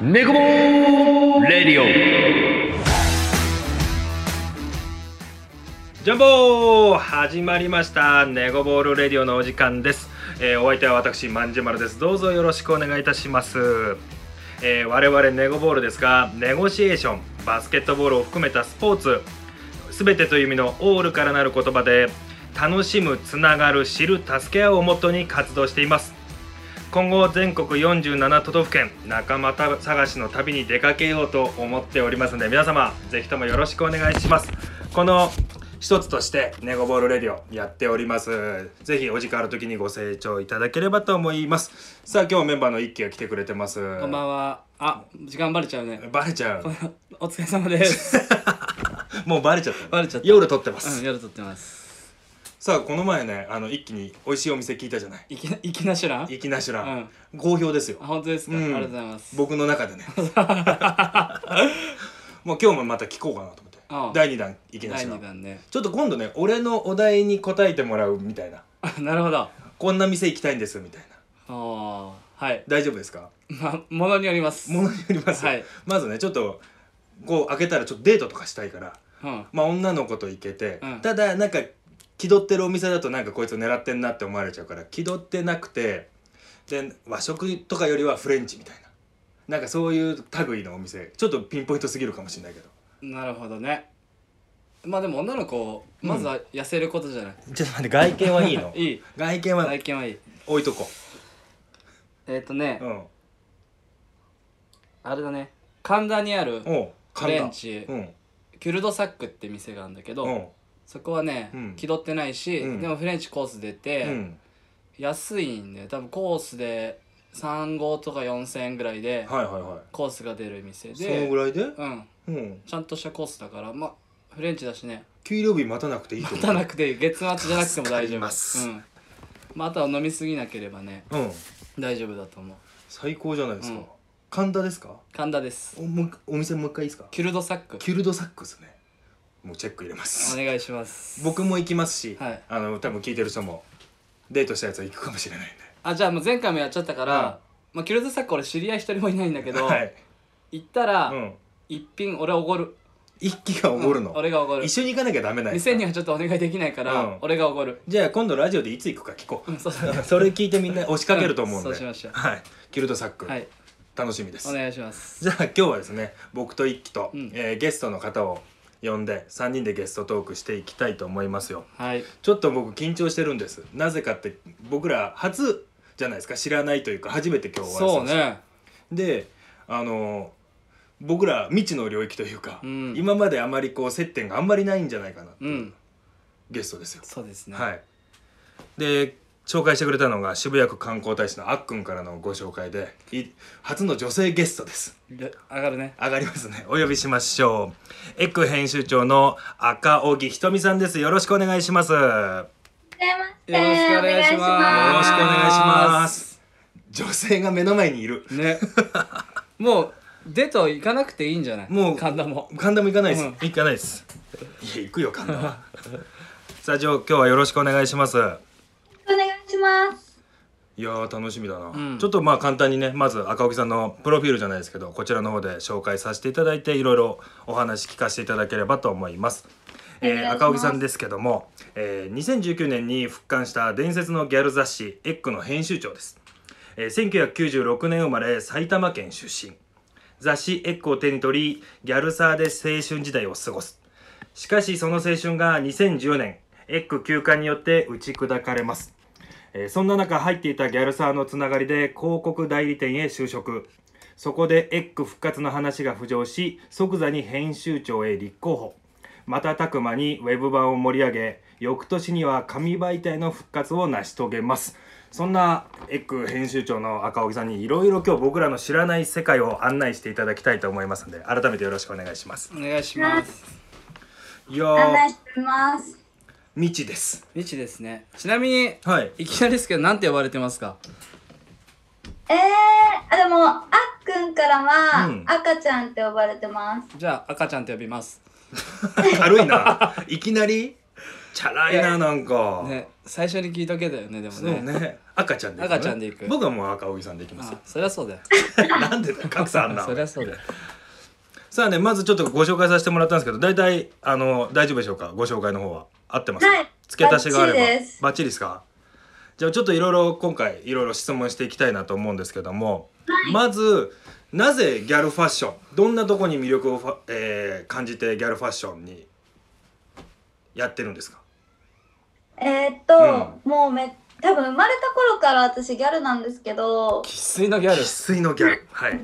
ネコボーレディオジャンボー始まりましたネゴボールレディオのお時間です、えーお相手は私マンジェマルですどうぞよろしくお願いいたします、えー我々ネゴボールですがネゴシエーションバスケットボールを含めたスポーツすべてという意味のオールからなる言葉で楽しむつながる知る助け合うをもとに活動しています今後全国47都道府県仲間探しの旅に出かけようと思っておりますので皆様ぜひともよろしくお願いしますこの一つとしてネゴボールレディオやっておりますぜひお時間ある時にご清聴いただければと思いますさあ今日メンバーの一輝が来てくれてますこんばんは。あ、時間バレちゃうね。バレちゃうお疲れ様です。もうバレちゃった バレちゃった夜撮ってまうす、ん、夜撮ってます。さあこの前ねあの一気に美味しいお店聞いたじゃないいきな、いきなしらん。粋なしら、うん好評ですよあ、本当ですか。うあんりがとうございます。僕の中で ねもう今日もまた聞こうかなと思ってああ第2弾いきな第しら二弾ね。ちょっと今度ね俺のお題に答えてもらうみたいなあ、なるほど。あこんな店行きたいんですみたいなあ、はい。大丈夫ですかまあ、ものによります。ものによります、はいまずねちょっとこう開けたらちょっとデートとかしたいからうん。まあ女の子と行けて、うんただなんか気取ってるお店だとなんかこいつ狙ってんなって思われちゃうから気取ってなくてで和食とかよりはフレンチみたいななんかそういう類のお店ちょっとピンポイントすぎるかもしれないけどなるほどね。まあ、でも、女の子、まずは痩せることじゃない。ちょっと待って外見はいいの いい。外見は外見はいい。置いとこえっ、とね、ううんあれだね。神田にある。おうフレンチうんキュルドサックって店があるんだけど、うんそこはね、うん気取ってないし、うんでもフレンチコース出て、うん安いんで多分コースで3号とか4000円ぐらいではいはいはコースが出る店いそのでぐらいでうんうんちゃんとしたコースだからまあフレンチだしね給料日待たなくていいと思う待たなくて月末じゃなくても助大丈かり夫ますうんまあ、あとは飲みすぎなければねうん大丈夫だと思う最高じゃないですか、うん神田ですか神田ですおもうお店もう一回いいですかキュルドサックキュルドサックスねもうチェック入れまおす願いします僕も行きますし、はいあの多分聞いてる人もデートしたやつは行くかもしれないんあじゃあもう前回もやっちゃったから、まあ、キュルドサック俺知り合い一人もいないんだけで、ど、はい、行ったら、うん、一品俺おごる一気がおごるの、うん俺がおごる一緒に行かなきゃダメない店にはちょっとお願いできないから、うん俺がおごるじゃあ今度ラジオでいつ行くか聞こうんそう だうねそれ聞いてみんな押しかけると思うんで、うんそうしましょうはいキュルドサック、 はい楽しみですお願いしますじゃあ今日はですね僕と一輝と、うんえーゲストの方を呼んで3人でゲストトークしていきたいと思いますよはいちょっと僕緊張してるんですなぜかって僕ら初じゃないですか知らないというか初めて今日お会いしそうましたねであの僕ら未知の領域というか、うん今まであまりこう接点があんまりないんじゃないかなってういうんゲストですよ、そうですね、はいで紹介してくれたのが渋谷区観光大使のあっくんからのご紹介でい初の女性ゲストですで上がるね上がりますねお呼びしましょうエッグ編集長の赤荻ひとみさんですよろしくお願いしますよろよろしくお願いししますくお願いします女性が目の前にいるね もうデート行かなくていいんじゃないもう神田も神田も行かないです、うん行かないですいや行くよ神田は さあじゃあ今日はよろしくお願いしますお願いします。いやー楽しみだな、うんちょっとまあ簡単にねまず赤荻さんのプロフィールじゃないですけどこちらの方で紹介させていただいていろいろお話聞かせていただければと思います。お願いえしー、ます赤荻さんですけども、えー、2019年に復刊した伝説のギャル雑誌「エッグの編集長です、えー、1996年生まれ埼玉県出身雑誌「エッグを手に取りギャルサーで青春時代を過ごすしかしその青春が2014年エッグ休刊によって打ち砕かれますえーそんな中入っていたギャルサーのつながりで広告代理店へ就職そこでエッグ復活の話が浮上し即座に編集長へ立候補瞬く間にウェブ版を盛り上げ翌年には紙媒体の復活を成し遂げますそんなエッグ編集長の赤荻さんにいろいろ今日僕らの知らない世界を案内していただきたいと思いますので改めてよろしくお願いしますお願いしますいや案ー内します。未知です未知ですねちなみにはいいきなりですけどなんて呼ばれてますかえー、あでもあっくんからは、うん赤ちゃんって呼ばれてます。じゃあ赤ちゃんと呼びます軽いないきなりチャラいななんか、ね最初に聞いとけだよねでもそうねね赤ちゃんで行くのね赤ちゃんで行く僕はもう赤荻さんで行きますあよそりゃそうだよなんでだ格差あんなそりゃそうだよさあねまずちょっとご紹介させてもらったんですけど大体あの大丈夫でしょうかご紹介の方は合ってますかはい付け足しがあればバッチリですバッチリですかじゃあちょっといろいろ今回いろいろ質問していきたいなと思うんですけども、まずなぜギャルファッションどんなとこに魅力をファ、えー感じてギャルファッションにやってるんですかえーっと、もうめ多分生まれた頃から私ギャルなんですけど生粋のギャル生 粋のギャルはい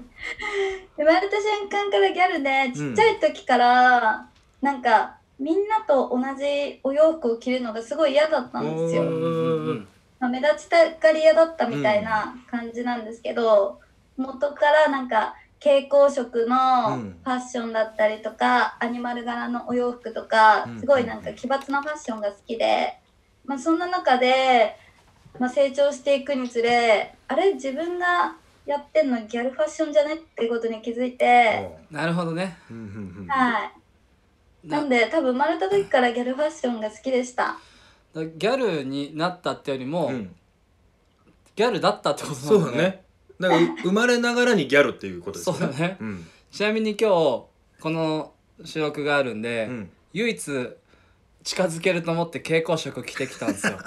生まれた瞬間からギャルでちっちゃい時から、なんかみんなと同じお洋服を着るのがすごい嫌だったんですおよー。まあ、目立ちたがり屋だったみたいな感じなんですけど、元からなんか蛍光色のうんファッションだったりとか、アニマル柄のお洋服とかうんすごいなんか奇抜なファッションが好きで、まあ、そんな中で、まあ、成長していくにつれあれ自分がやってんのギャルファッションじゃねってことに気づいて、なるほどねうんうんうんはい、なんで多分生まれた時からギャルファッションが好きでした。だギャルになったってよりも、うんギャルだったってことそうなんだだねだから生まれながらにギャルっていうことですそようだねうんちなみに今日この収録があるんで、うん唯一近づけると思って蛍光色着てきたんです よで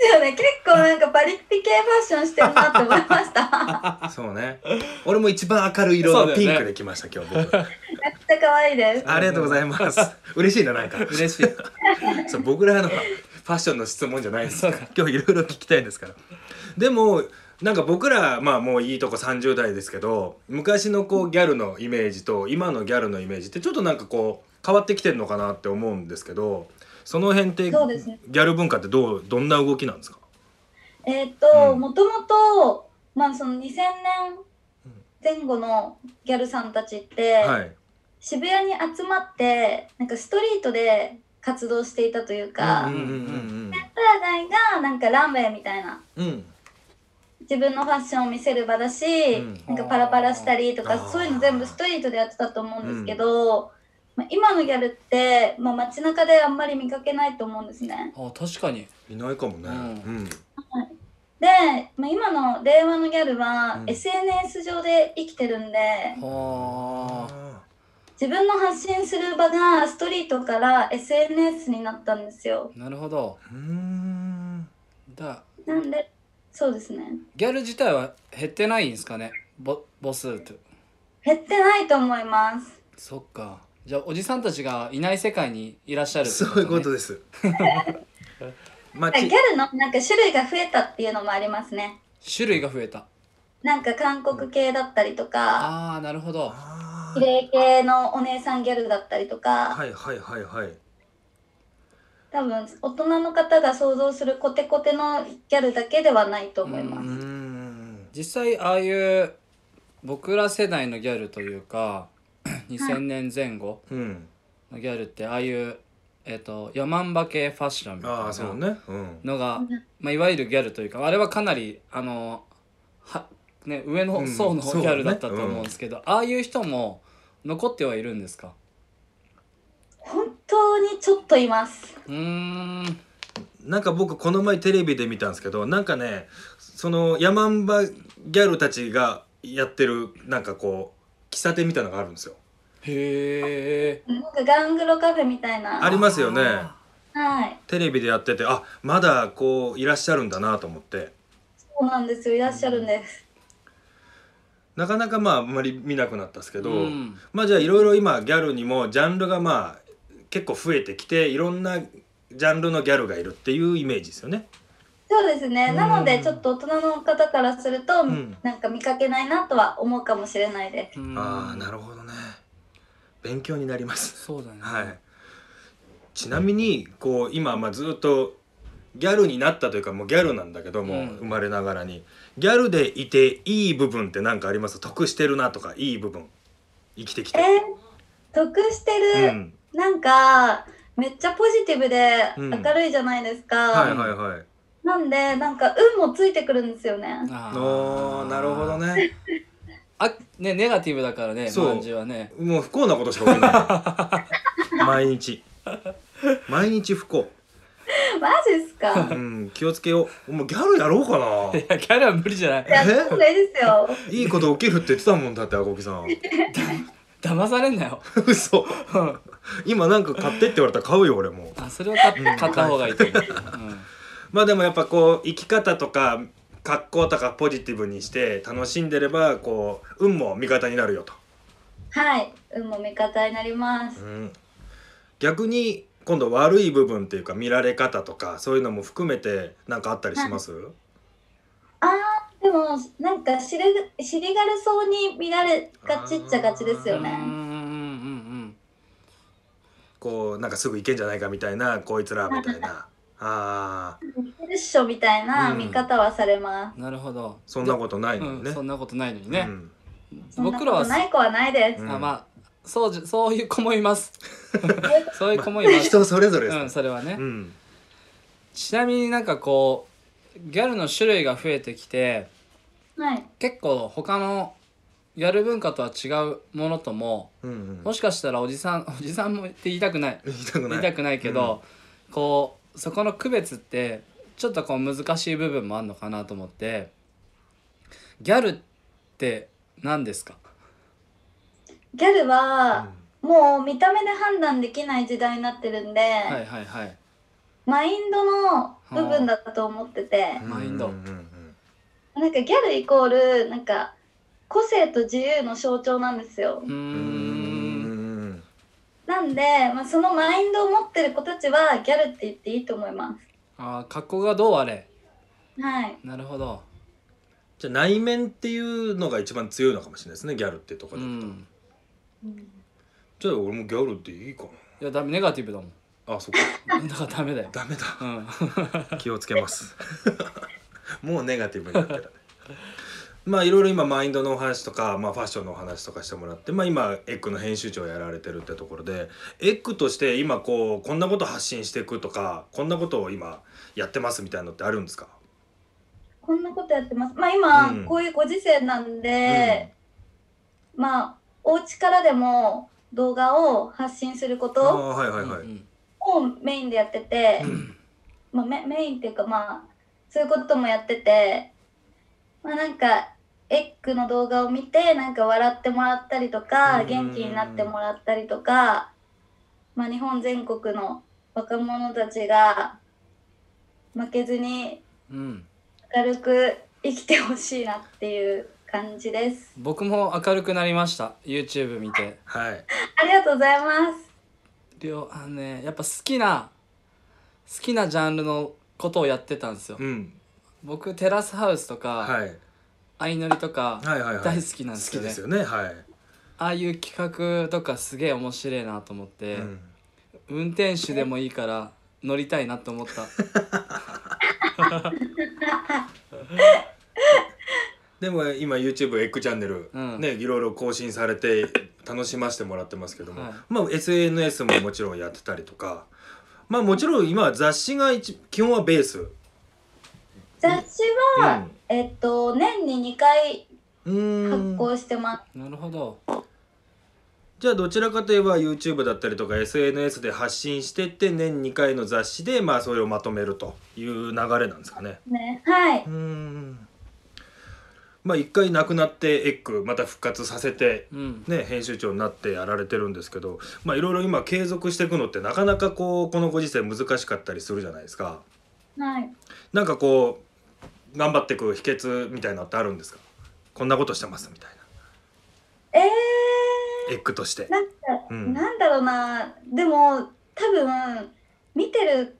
すよね結構なんかパリッピ系ファッションしてるなって思いました めっそうね。俺も一番明るい色のピンクで来ました、今 日僕。ちゃ可愛いですありがとうございます。嬉しいな、なんか。嬉しいそう、僕らのファッションの質問じゃないですそうか。今日いろいろ聞きたいんですから。でも、なんか僕ら、まあもういいとこ30代ですけど、昔のこうギャルのイメージと今のギャルのイメージってちょっとなんかこう変わってきてるのかなって思うんですけど、その辺ってギそうですねャル文化ってどう、どんな動きなんですかえーっとうんもともとまあその2000年前後のギャルさんたちって、はい。渋谷に集まってなんかストリートで活動していたというか、うんうんプラダイがなんかランウェイみたいなうんうん。うん。自分のファッションを見せる場だし、うんなんかパラパラしたりとあかーそういうの全部ストリートでやってたと思うんですけど、まあ、今のギャルって、まあ、街中であんまり見かけないと思うんですね。あ確かにいないかもね。ううんで、まあ、今の令和のギャルはうん SNS 上で生きてるんで、はあ自分の発信する場がストリートから SNS になったんですよ。なるほどうーんだなんでそうですねギャル自体は減ってないんですかねぼ母数って減ってないと思います。そっかじゃあおじさんたちがいない世界にいらっしゃるってそういうことねです。 まあ、ギちャルのなんか種類が増えたっていうのもありますね。種類が増えたなんか韓国系だったりとか、ああなるほどあ綺ー麗系のお姉さんギャルだったりとか、はいはいはいはい。多分大人の方が想像するコテコテのギャルだけではないと思いうまーす。ん。実際ああいう僕ら世代のギャルというか2000年前後うん。のギャルってああいう、えっとヤマンバ系ファッションみたいああそうなね。うん。のが、うんまあ、いわゆるギャルというかあれはかなりあのは、ね、上うんの層のギそうねャルだったと思うんですけど、ああいう人も残ってはいるんですか本当にちょっといます。うーんなんか僕この前テレビで見たんですけど、なんかね、そのヤマンバギャルたちがやってるなんかこう喫茶店みたいなのがあるんですよ。へえなんかガングロカフェみたいな。ありますよね。はい。テレビでやってて、あまだこういらっしゃるんだなと思って。そうなんですよ。いらっしゃるんです。なかなかまああんまり見なくなったんですけど、うんまあじゃあいろいろ今ギャルにもジャンルがまあ結構増えてきていろんなジャンルのギャルがいるっていうイメージですよね。そうですね。うんなので、ちょっと大人の方からすると、んなんか見かけないなとは思うかもしれないです。うんああなるほどね。勉強になります。そうだね、はい。ちなみにこう今まあずっとギャルになったというかもうギャルなんだけども、うん生まれながらにギャルでいていい部分って何かあります得してるなとかいい部分生きてきえて。ー得してる、うん、なんかめっちゃポジティブでうん明るいじゃないですか、はいはいはい。なんでなんか運もついてくるんですよねあーおーなるほどね。あねネガティブだからねそうマンジはね もう不幸なことしか起きない毎日毎日不幸マジです かうん、気をつけよう。もうギャルやろうかいやギャルは無理じゃないやった方がいいですよな。いいこと起きるって言ってたもんだって、あこきさん。 騙されんなよ嘘。うん今なんか買ってって言われたら買うよ、俺も。あそれを買っ買った方がいいと思う、うんまあでもやっぱこう、生き方とか、格好とかポジティブにして楽しんでれば、こう、運も味方になるよと。はい運も味方になりますうん、逆に今度悪い部分っていうか見られ方とかそういうのも含めてなんかあったりします、でもなんか知る知りがるそうに見られがちっちゃがちですようねんうんこうなんかすぐ行けんじゃないかみたいなこいつらみたいなあー似てるっしょみたいな見方はされまうんなるほどそんなことないのにうねん、そんなことないのにうね、んす、そんなこ僕らはとない子はないです、うんあまあそうじそういう子もいますそういう子もいます、人それぞれうんですそれはね、うん、うんちなみになんかこうギャルの種類が増えてきてはい結構他のギャル文化とは違うものともうん、もしかしたらおじさんおじさんもって言いたくない言いたくな言いいたくないけど、こうそこの区別ってちょっとこう難しい部分もあるのかなと思ってギャルって何ですかギャルうんはもう見た目で判断できない時代になってるんで、はいはいはいマインドの部分だと思っててうんマインドうんうんなんかギャルイコールなんか個性と自由の象徴なんですようーうんんうんなんで、まあ、そのマインドを持ってる子たちはギャルって言っていいと思いまあー格好がどうあれすはいなるほどじゃあ内面っていうのが一番強いのかもしれないですねギャルってとこうで、んじゃあ俺もギャルっていいかいやダメネガティブだもんなあそっか だからダメだよダメだうん気をつけますもうネガティブになってる、ね、まあいろいろ今マインドのお話とか、まあ、ファッションのお話とかしてもらって、まあ、今エッグの編集長やられてるってところでエッグとして今こうこんなこと発信していくとかこんなことを今やってますみたいなのってあるんですか、こんなことやってますまあ今、うんこういうご時世なんで、まあお家からでも動画を発信するこうん、ああとはいはいはい、うんをメインでやってて、まあ、メメインっていうかまあそういうこともやっててまあなんかエッグの動画を見てなんか笑ってもらったりとうかん元気になってもらったりとか、まあ、日本全国の若者たちが負けずにうんうん明るく生きてほしいなっていう感じです。僕も明るくなりました YouTube 見てはいありがとうございます。両あのねやっぱ好きな好きなジャンルのことをやってたんですようん僕テラスハウスとかはい、相乗りとかはいはいはい大好きなんです好きよでねすよねはい、ああいう企画とかすげえ面白いなと思ってうん運転手でもいいから乗りたいなと思った でも今 YouTube エッグチャンネル、うんねいろいろ更新されて楽しませてもらってますけども、はいまあ SNS ももちろんやってたりとかまあもちろん今は雑誌が一基本はベース雑誌は、うんえっと年に2回うー発ん行してます。なるほどじゃあどちらかといえば YouTube だったりとか SNS で発信してって年2回の雑誌でまあそれをまとめるという流れなんですかねね、はいうーんまあ一回なくなってエッグまた復活させてうんね、編集長になってやられてるんですけどまあいろいろ今継続していくのってなかなかこうこのご時世難しかったりするじゃないですかはい。なんかこう頑張っていく秘訣みたいなのってあるんですかこんなことしてますみたいえなエッグとしてー、なんか、うんなんだろうなでも多分見てる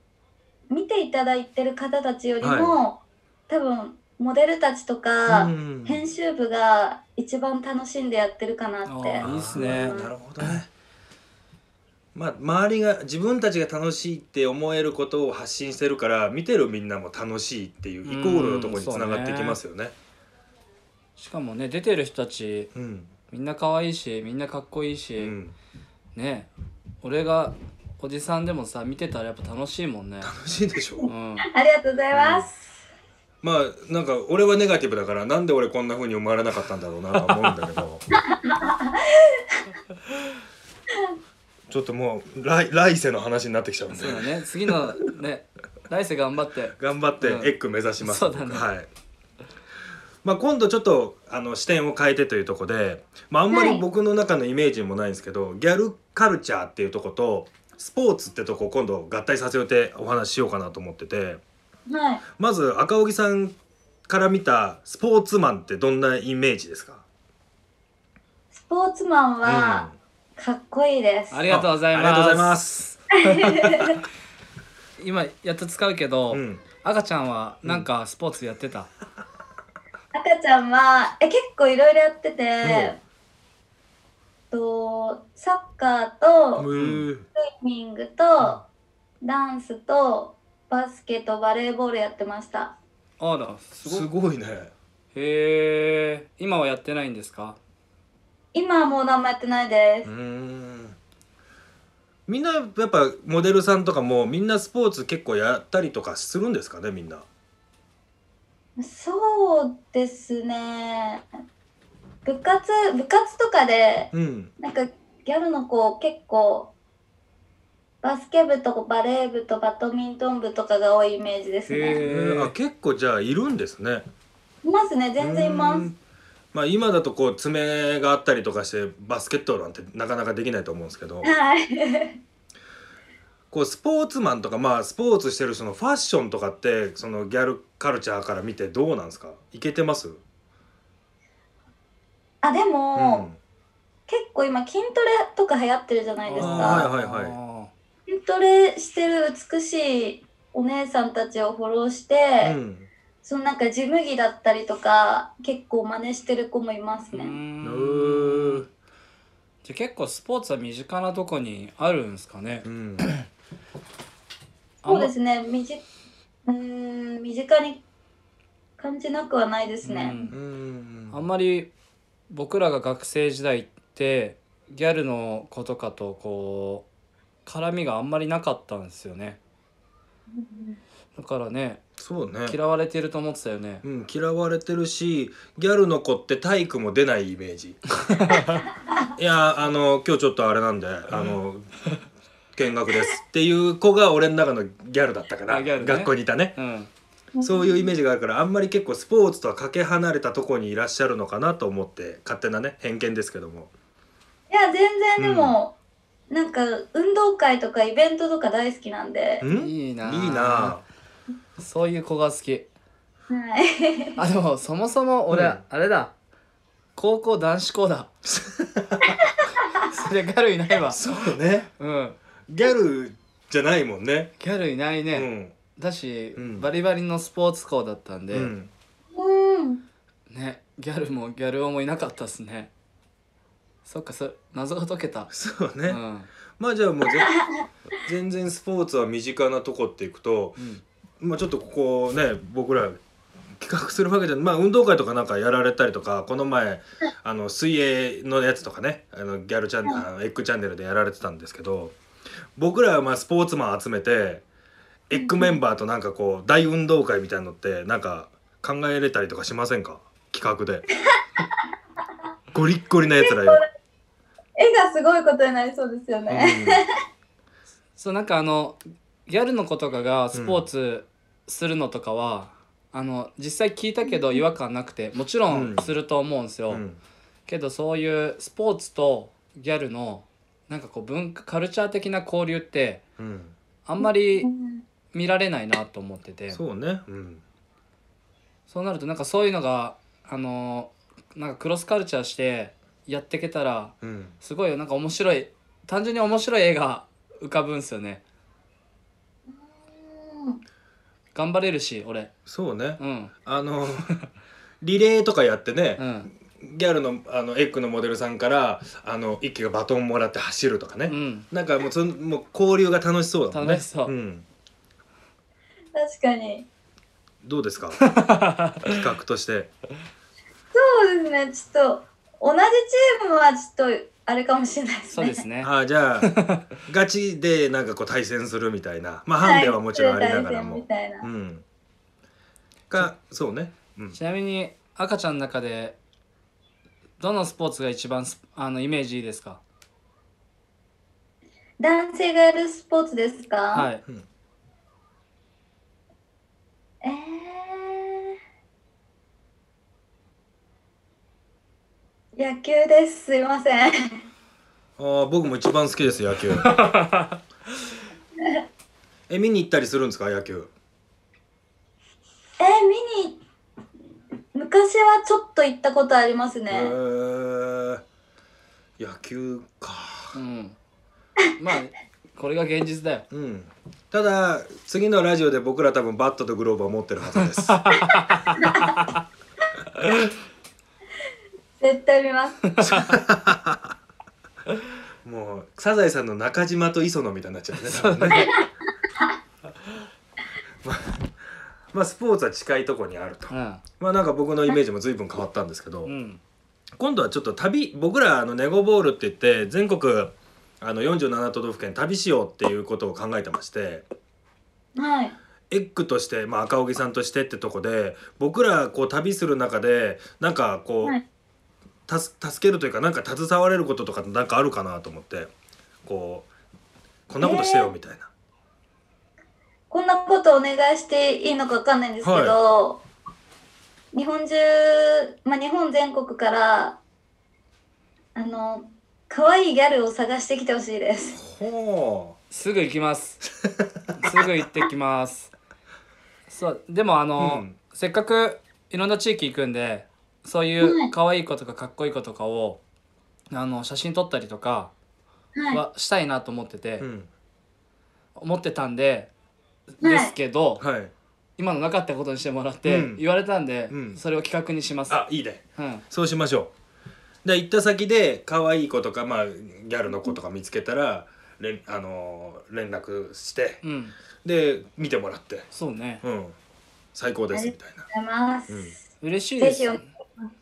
見ていただいてる方たちよりも、多分モデルたちとか、うん編集部が一番楽しんでやってるかなってあーいいっすねあーなるほどねまあ周りが自分たちが楽しいって思えることを発信してるから見てるみんなも楽しいっていうイコールのところにつながってきますよね。しかもね出てる人たちうんみんな可愛いしみんなかっこいいし、うんね俺がおじさんでもさ見てたらやっぱ楽しいもんね楽しいでしょうんありがとうございます。まあなんか俺はネガティブだからなんで俺こんな風に思われなかったんだろうなと思うんだけど ちょっともう来来世の話になってきちゃうんでそうだね次のね来世頑張って頑張ってエうんッグ目指します、そうだねはいまあ、今度ちょっとあの視点を変えてというとこで、まあ、あんまはりい僕の中のイメージもないんですけど、ギャルカルチャーっていうとことスポーツってとこを今度合体させてお話ししようかなと思っててはい。まず赤荻さんから見たスポーツマンってどんなイメージですか、スポーツマンはうんかっこいいです。ありがとうございますあありがとうございます、今やっと使うけど、うん、赤ちゃんはなんかスポーツやってた、赤ちゃんはえ結構いろいろやってて、とサッカーとうースイミングとダンスとバスケとバレーボールやってました。あらすごいすごいねへえ今はやってないんですか今はもう何もやってないでうす。んみんなやっぱモデルさんとかもみんなスポーツ結構やったりとかするんですかねみんな。そうですね。部活部活とかでうん。なんかギャルの子結構バスケ部とバレー部とバドミントン部とかが多いイメージですへね。ーあ結構じゃあいるんですね。いますね全然いまうすん。まあ今だとこう爪があったりとかしてバスケットなんてなかなかできないと思うんですけ ど、はい。こうスポーツマンとかまあスポーツしてる人のファッションとかってそのギャルカルチャーから見てどうなんですか。いけてます？あでも、うん結構今筋トレとか流行ってるじゃないですあーかはいはいはいは筋トレしてる美しいお姉さんたちをフォローして、うん。そのなんかジム着だったりとか結構真似してる子もいますうーね、うんーんじゃあ結構スポーツは身近なとこにあるんですかねうん。そうですね身近うーん身近に感じなくはないですうね、んうんあんまり僕らが学生時代ってギャルの子とかとこう絡みがあんまりなかったんですよねだからねそうね。嫌われてると思ってたよねうん、嫌われてるしギャルの子って体育も出ないイメー ジいやあの今日ちょっとあれなんであの見学ですっていう子が俺の中のギャルだったから、あギャルね学校にいたねうんそういうイメージがあるからあんまり結構スポーツとはかけ離れたところにいらっしゃるのかなと思って勝手なね偏見ですけどもいや全然でも、なんか運動会とかイベントとか大好きなんで、んいいいいなあなあそういう子が好きはいあでもそもそも俺、うんあれだ高校男子 校だそりゃギャルいないわそうねうん ギャルじゃないもんねギャルいないうね、ん、だし、うんバリバリのスポーツ校だったんで、うん、うんねギャルもギャル男もいなかったっすねそっかそ謎が解けた、そううね、んまあじゃあもうぜ 全然スポーツは身近なとこっていくと、うん、まあ、ちょっとここをね僕ら企画するわけじゃまあ運動会とかなんかやられたりとかこの前あの水泳のやつとかねあのギャルチャンネルあのエッグチャンネルでやられてたんですけど僕らはまあスポーツマン集めてエッグメンバーとなんかこう大運動会みたいなのってなんか考えれたりとかしませんか企画で。ゴリッゴリなやつらよ。絵がすごいことになりそうですようね、んそうなんかあのギャルの子とかがスポーツするのとかは、あの実際聞いたけど違和感なくてもちろうんんすると思うんですよ、うんけどそういうスポーツとギャルのなんかこう文化カルチャー的な交流ってうんあんまり見られないなと思っててそうね。うんそうなるとなんかそういうのがあのーなんかクロスカルチャーしてやっていけたらうんすごいなんか面白い単純に面白い絵が浮かぶんすよねうん頑張れるし俺そうね。うんあのリレーとかやってねう、んギャルのあのエッグのモデルさんからあの一輝がバトンもらって走るとかね、うんなんかもうそのもう交流が楽しそうだもんね。、楽しそうん確かにどうです か企画として。そうですねちょっと同じチームはちょっとあれかもしれないですそうねですねあーじゃあガチでなんかこう対戦するみたいなまあハンデはもちろんありながらも。はい対戦みたいなうん、かそうね。うん、ちなみに赤ちゃんの中でどのスポーツが一番スあのイメージいいですか男性がやるスポーツですか、はいうん野球ですすいません ああ僕も一番好きです野球え見に行ったりするんですか野球えー、見に昔はちょっと行ったことありますへえね野球かうんまあこれが現実だようんただ次のラジオで僕ら多分バットとグローブを持ってるはずです 絶対見 ますもうサザエさんの中島と磯野みたいになっちゃうね多 分ねまあまあスポーツは近いとこにあるとうんまあなんか僕のイメージも随分変わったんですけど、うん今度はちょっと旅僕らあのネゴボールって言って全国あの47都道府県旅しようっていうことを考えてましてはいエッグとして、まあ、赤荻さんとしてってとこで僕らこう旅する中でなんかこう、はいたす助けるというかなんか携われることとかなんかあるかなと思ってこうこんなことしてよみたいな、こんなことお願いしていいのかわかんないんですけど、日本中、まあ、日本全国からあの可愛いギャルを探してきてほしいです。ほすぐ行きます すぐ行ってきますそうでもあの、うんせっかくいろんな地域行くんでそういう可愛い子とかかっこいい子とかをあの写真撮ったりとかはい、はしたいなと思ってて、う、うん、思ってたんで、はいですけど、はい今のなかったことにしてもらって、うん言われたんで、うんそれを企画にします、あいいねうん、そうしましょう。で行った先で可愛い子とか、まあ、ギャルの子とか見つけたら連,、あのー連絡してうん、で見てもらってそうね「うん最高です」みたいな。ありがとうございます。うん嬉しいですぜひお願い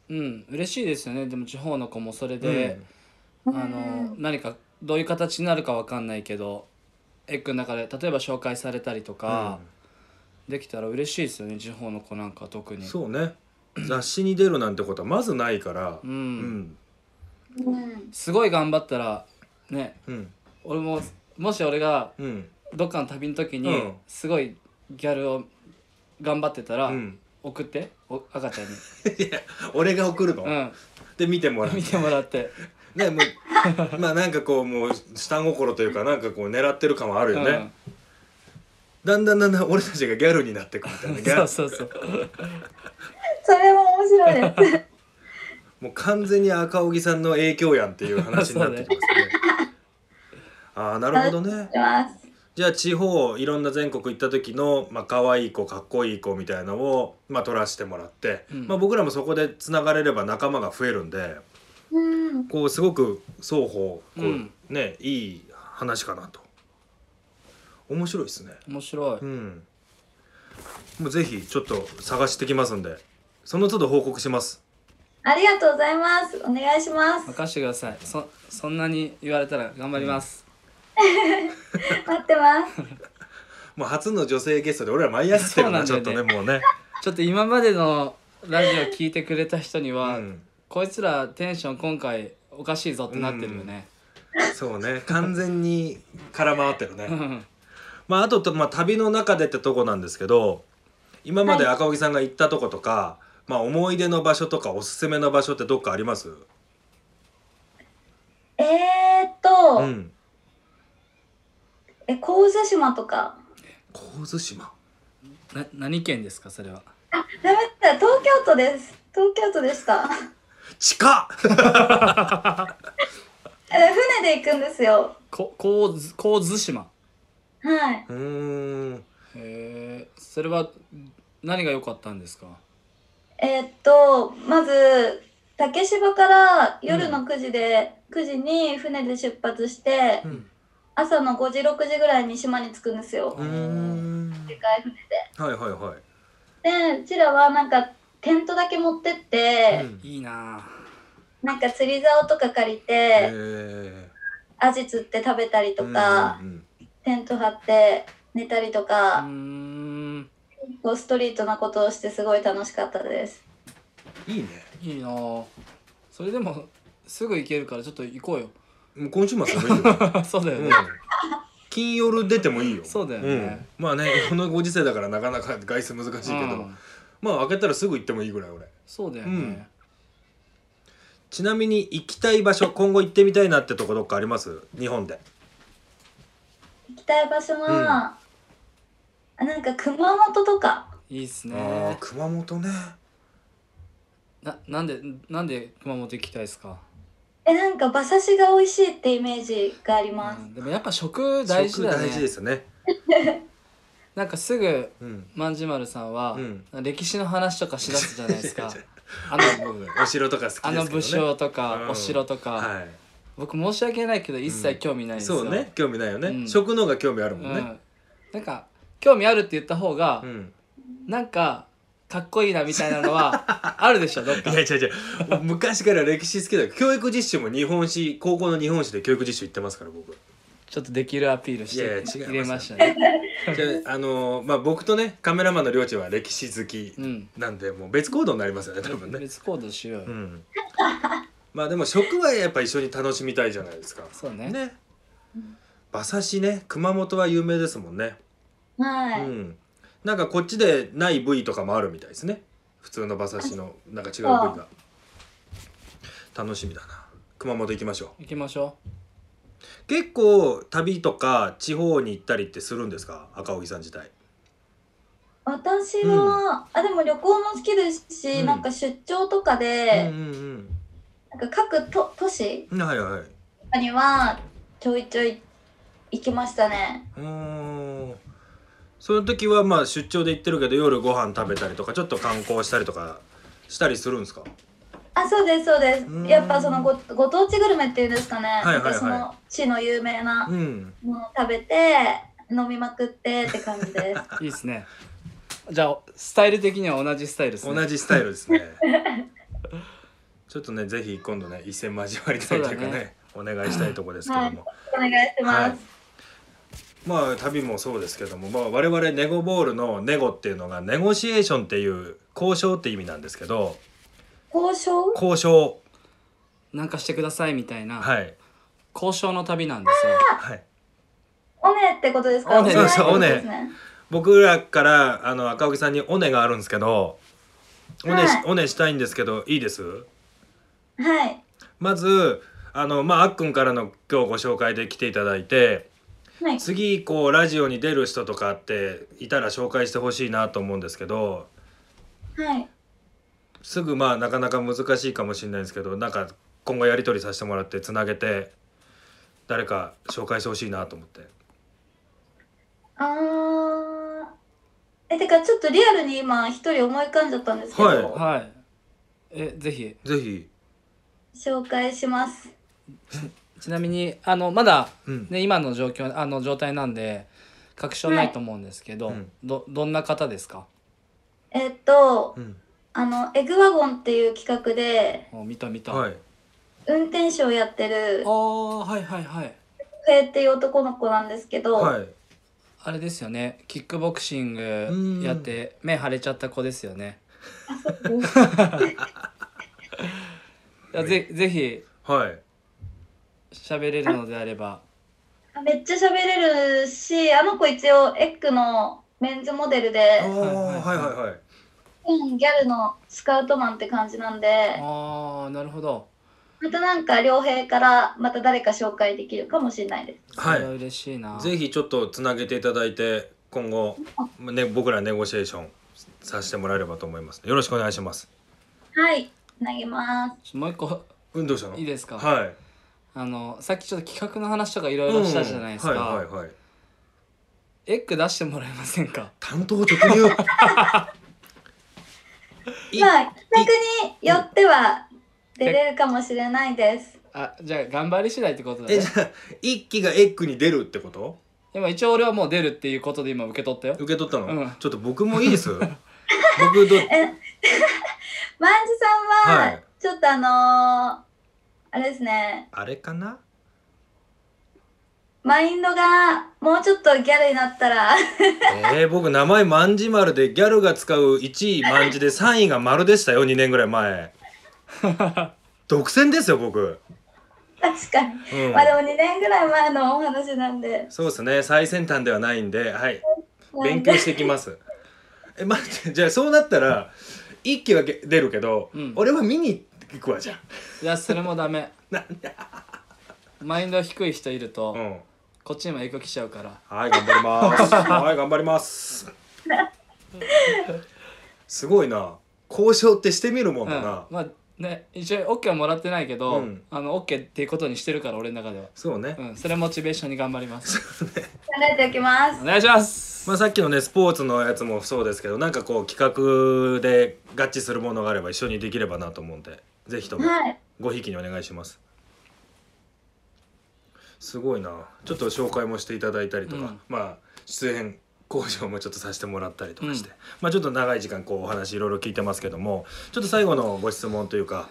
うん嬉しいですよねでも地方の子もそれで、あの何かどういう形になるかわかんないけどエッグの中で例えば紹介されたりとか、できたら嬉しいですよね地方の子なんか特うんにそうね雑誌に出るなんてことはまずないから、うう、んんうん、すごい頑張ったらねうん俺ももし俺がうんどっかの旅の時うにんすごいギャルを頑張ってたうら、ん、送ってお赤ちゃんに、俺が送るの、うん、で見てもらう見てもらってねもう まあなんかこうもう下心というかなんかこう狙ってる感はある よね、だんだんだんだん俺たちがギャルになってくみたいなうん、ギャル そうそうそうそれも面白いです。 もう完全に赤荻さんの影響やんっていう話になってき ますね。ああなるほどね行。きます。じゃあ地方いろんな全国行った時のまあ可愛い子かっこいい子みたいなのをまあ撮らせてもらって、うんまあ僕らもそこでつながれれば仲間が増えるんで、うん、こうすごく双方こう、うんねいい話かなと。面白いですね。面白いうん。もうぜひちょっと探してきますんで、その都度報告します。ありがとうございます。お願いします。任してくださいそそんなに言われたら頑張ります、待ってます。もう初の女性ゲストで俺ら舞い上がってるなちそょうっなんだとよねもねう ね。ちょっと今までのラジオ聞いてくれた人にうは、ん。こいつらテンション今回おかしいぞってなってるよね、そうね完全に空回ってるうねん、まああとと、まあ、旅の中でってとこなんですけど今まで赤荻さんが行ったとことか、まあ思い出の場所とかおすすめの場所ってどっかありますえーっと、うんえ、神津島とか。神津島 な何県ですかそれはダメだ、東京都です。東京都でした。近っえ船で行くんですよ。ここうず神津島はい。うーんへえそれは何が良かったんですかえーっとまず竹芝から夜の9時で、9時に船で出発して、うん朝の5時6時ぐらいに島に着くんですようーんでかい船はいはいはでうちらはなんかテントだけ持ってっい、、てうん、いいなあなんか釣り竿とか借りえて、ー、アジ釣って食べたりとか、うんうんテント張って寝たりとうーか、んこうストリートなことをしてすごい楽しかったですうんいいねいいなあそれでもすぐ行けるからちょっと行こうよもう今週末でもいいよ そうだようねん、金夜出てもいいよそうだよねんまあねこのご時世だからなかなか外出難しいけど、うんまあ開けたらすぐ行ってもいいぐらい俺そうだようんね、ちなみに行きたい場所今後行ってみたいなってとこどっかあります日本で行きたい場所は、あなんか熊本とかいいっすあーね熊本ねななんでなんで熊本行きたいですか、えなんか馬刺しが美味しいってイメージがあります、うんでもやっぱ食大事だよ食ね大事ですよねなんかすぐうんまんじまるさんはう、ん歴史の話とかしだすじゃないです いかやいやあのお城とか好きですけあどねの武将とか、うんお城とか、は僕申し訳ないけど一切興味ないいんですよ、そうね興味ないよね、うん食の方が興味あるうもんねん、なんか興味あるって言った方が、うん、なんかかっこいいなみたいな のはあるでしょどっかいや違う違う昔から歴史好きだけど教育実習も日本史高校の日本史で教育実習行ってますから僕ちょっとできるアピールしいやいや違いてますよ入れましたねじゃあ、あのーまあ、僕とねカメラマンの領地は歴史好きうんなんで、もう別行動になりますよね多分ね、別行動しようよ、うん、 まあでも食はやっぱ一緒に楽しみたいじゃないですかそうねね馬刺しね熊本は有名ですもんね、はい、うんなんかこっちでない部位とかもあるみたいですね普通の馬刺しのなんか違う部位が楽しみだな熊本行きましょ行きましょう結構旅とか地方に行ったりってするんですか赤荻さん自体私は、あでも旅行も好きですし、うんなんか出張とかうで、んうんなんか各都都市うんはいはいはいうとかにはちょいちょい行きましたねーんその時はまあ出張で行ってるけど夜ご飯食べたりとかちょっと観光したりとかしたりするんですかあそうですそうですうんやっぱそのごご当地グルメっていうんですかね、いはいはいその地の有名なうんものを食べて飲みまくってって感 じですういいですねじゃあスタイル的には同じスタイルですね同じスタイルですね ちょっとねぜひ今度ね一戦交わりたいというかねお願いしたいとこですけども、お願いします、はいまあ旅もそうですけども、まあ、我々ネゴボールのネゴっていうのがネゴシエーションっていう交渉って意味なんですけど交渉交渉なんかしてくださいみたいな、はい交渉の旅なんですよはいオネってことですかオネお願いそうそうってことですね僕らからあの赤荻さんにおねがあるんですけどおねし、はいおねしたいんですけどいいですはいまずあのまああっくんからの今日ご紹介で来ていただいてはい次こうラジオに出る人とかっていたら紹介してほしいなと思うんですけどはいすぐまあなかなか難しいかもしれないんですけどなんか今後やり取りさせてもらってつなげて誰か紹介してほしいなと思ってあーえてかちょっとリアルに今一人思い浮かんじゃったんですけど、はいはいえぜひぜひ、紹介しますちなみにあのまだ、うんね、今の状況あの状態なんで確証ないと思うんですけど、はいうんどどんな方ですかえっとうん、あのエグワゴンっていう企画でお見た見た、はあい運転手をやってるあーはいはいはい平っていう男の子なんですけど、はいあれですよねキックボクシンうんグやって目腫れちゃった子ですよね いやぜぜひはい喋れるのであればめっちゃ喋れるしあの子一応エッグのメンズモデルであーはいはははいいはいいはいうんギャルのスカウトマンって感じなんでああなるほどまたなんか良平からまた誰か紹介できるかもしれないですそはいれは嬉しいな、ぜひちょっとつなげていただいて今後、ね、僕らネゴシエーションさせてもらえればと思いますよろしくお願いしますはい投げますひもう一個うんどうしたのいいですか、はいあのさっきちょっと企画の話とかいろいろしたじゃないですか、うんはいはいはいエッグ出してもらえませんか 担当直入いまあ企画によっては出れるかもしれないですあじゃあ頑張り次第ってことだえねじゃあ一期がエッグに出るってこと今一応俺はもう出るっていうことで今受け取ったよ受け取ったの、うんちょっと僕もいいです 僕ど万次さんは、はいちょっとあのーあれですねあれかなマインドがもうちょっとギャルになったら えー、僕名前万字丸でギャルが使う1位万字で3位が丸でしたよ2年ぐらい前 独占ですよ僕、確かにうんまあでも2年ぐらい前のお話なんでそうですね最先端ではないんではいなん勉で強してき ますえ待ってじゃあそうなったら一期は出るけど、うん俺は見に行くわじゃんいやそれもダ メマインド低い人いると、うんこっちにも影響来ちゃうからはい頑張り ますはい頑張りますすごいな交渉ってしてみるもんだな、うん、まあね一応 OK はもらってないけど、うんあの OK っていうことにしてるから俺の中では、そうね、うん、それモチベーションに頑張りますえておきますお。願いしますまあ、さっきのねスポーツのやつもそうですけどなんかこう企画で合致するものがあれば一緒にできればなと思うんでぜひともはい。ごひいきにお願いしますすごいなちょっと紹介もしていただいたりとか、うんまあ出演交渉もちょっとさせてもらったりとかして、うんまあちょっと長い時間こうお話いろいろ聞いてますけどもちょっと最後のご質問という か、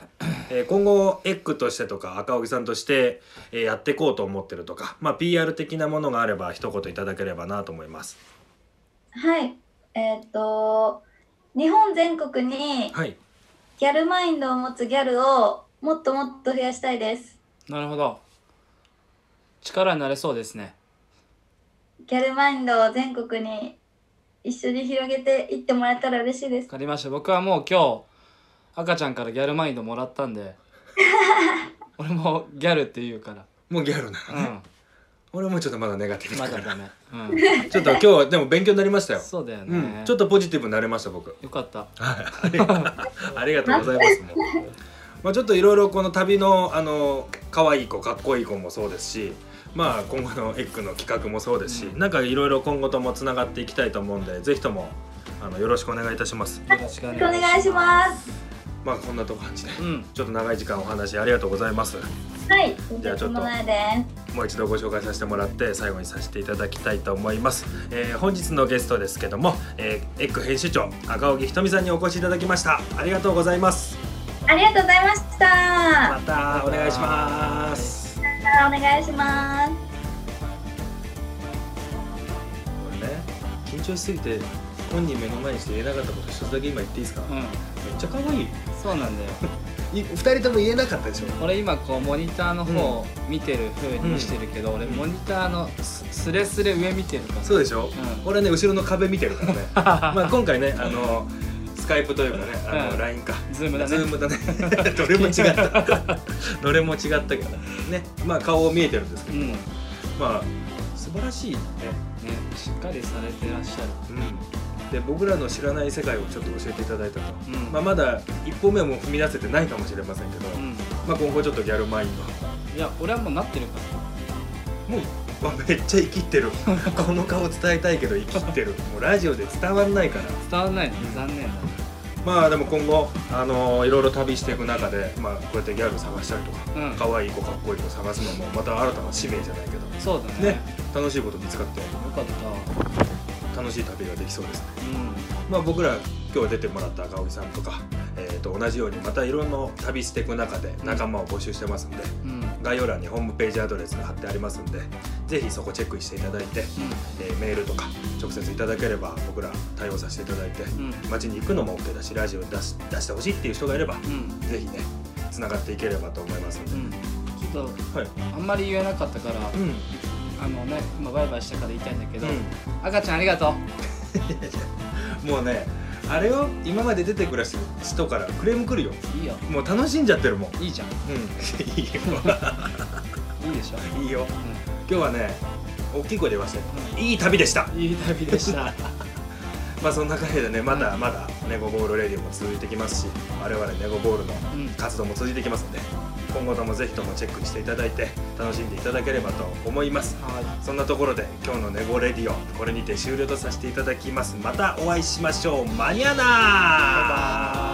えー今後エッグとしてとか赤荻さんとして、えーやっていこうと思ってるとか、まあ、PR 的なものがあれば一言いただければなと思います。はい。えっ、と、日本全国にはい、ギャルマインドを持つギャルをもっともっと増やしたいです。なるほど力になれそうですねギャルマインドを全国に一緒に広げていってもらえたら嬉しいでわす。かりました僕はもう今日赤ちゃんからギャルマインドもらったんで 俺もギャルって言うからもうギャルなうのね、ん俺もちょっとまだネガティブまだだから、ダメ、う ちょっと今日はでも勉強になりましたよん、、そうだようね、ん、ちょっとポジティブになれました僕よかったありがとうございます。もうまあちょっといろいろこの旅のあの可愛い子かっこいい子もそうですし、まあ今後のエッグの企画もそうですし、うなんかいろいろ今後ともつながっていきたいと思うんで、ぜひともあのよろしくお願いいたします。よろしくおお願いします。まあこんなとこ感じで、うんちょっと長い時間お話ありがとうございます。はい。じゃあちょっととんでもないです。もう一度ご紹介させてもらって最後にさせていただきたいと思います。えー本日のゲストですけども、えーエッグ編集長赤荻ひとみさんにお越しいただきました。ありがとうございます。ありがとうございました。またお願いします。お願いします。これね緊張しすぎて本人目の前にして言えなかったこと一つだけ今言っていいですか、うめっんちゃ可愛いそうなんだよい2人とも言えなかったでしょ俺今こうモニターの方を見てる風にしてるけど、俺モニターのすすれすれ上見てるからそうでしょ、うん俺ね後ろの壁見てるから ねまあ今回ねあのスカイプというかねあうのん LINE か、 ズームだズねームだね どれも違った どれも違ったけどねまあ顔見えてるんですけど、うんねまあ素晴らしいね、しっかりされてらっしゃるうん、で僕らの知らない世界をちょっと教えていただいたと、うんまあ、まだ一歩目も踏み出せてないかもしれませんけど、うんまあ、今後ちょっとギャルマインドいや俺はもうなってるかもうわめっちゃ生きって るこの顔伝えたいけど生きってるもうラジオで伝わんないからら伝わんないの残念だねまあでも今後、あのーいろいろ旅していく中で、まあ、こうやってギャル探したりとか、うん可愛い子かっこいい子探すのもまた新たな使命じゃないけどそうだねね楽しいこと見つかってよかった楽しい旅ができそうですねうんまあ僕ら今日出てもらった赤荻さんとか、えー、と同じようにまたいろんな旅していく中で仲間を募集してますんで、うん概要欄にホームページアドレスが貼ってありますんでぜひそこチェックしていただいて、えーメールとか直接いただければ僕ら対応させていただいて、うん街に行くのも OK だしラジオ出し出してほしいっていう人がいれば、うんうんぜひねつながっていければと思いますので、うんちょっとはい、あんまり言えなかったから、うんあのね今バイバイしたから言いたいんだけど、赤ちゃんありがと うもうねあれを今まで出てくる人からクレーム来るよいいよもう楽しんじゃってるもん、 いいじゃんうん、いいよいいでしょ、いいよ今日はね大きい声で言わせていい旅でしたうん、いい旅でしたまあそんな感じでねまだまだネゴボールレディオも続いてきますし我々ネゴボールのうん活動も続いてきますので今後ともぜひともチェックしていただいて楽しんでいただければと思いますはそんなところで今日のネゴレディオこれにて終了とさせていただきますまたお会いしましょうマニアナーい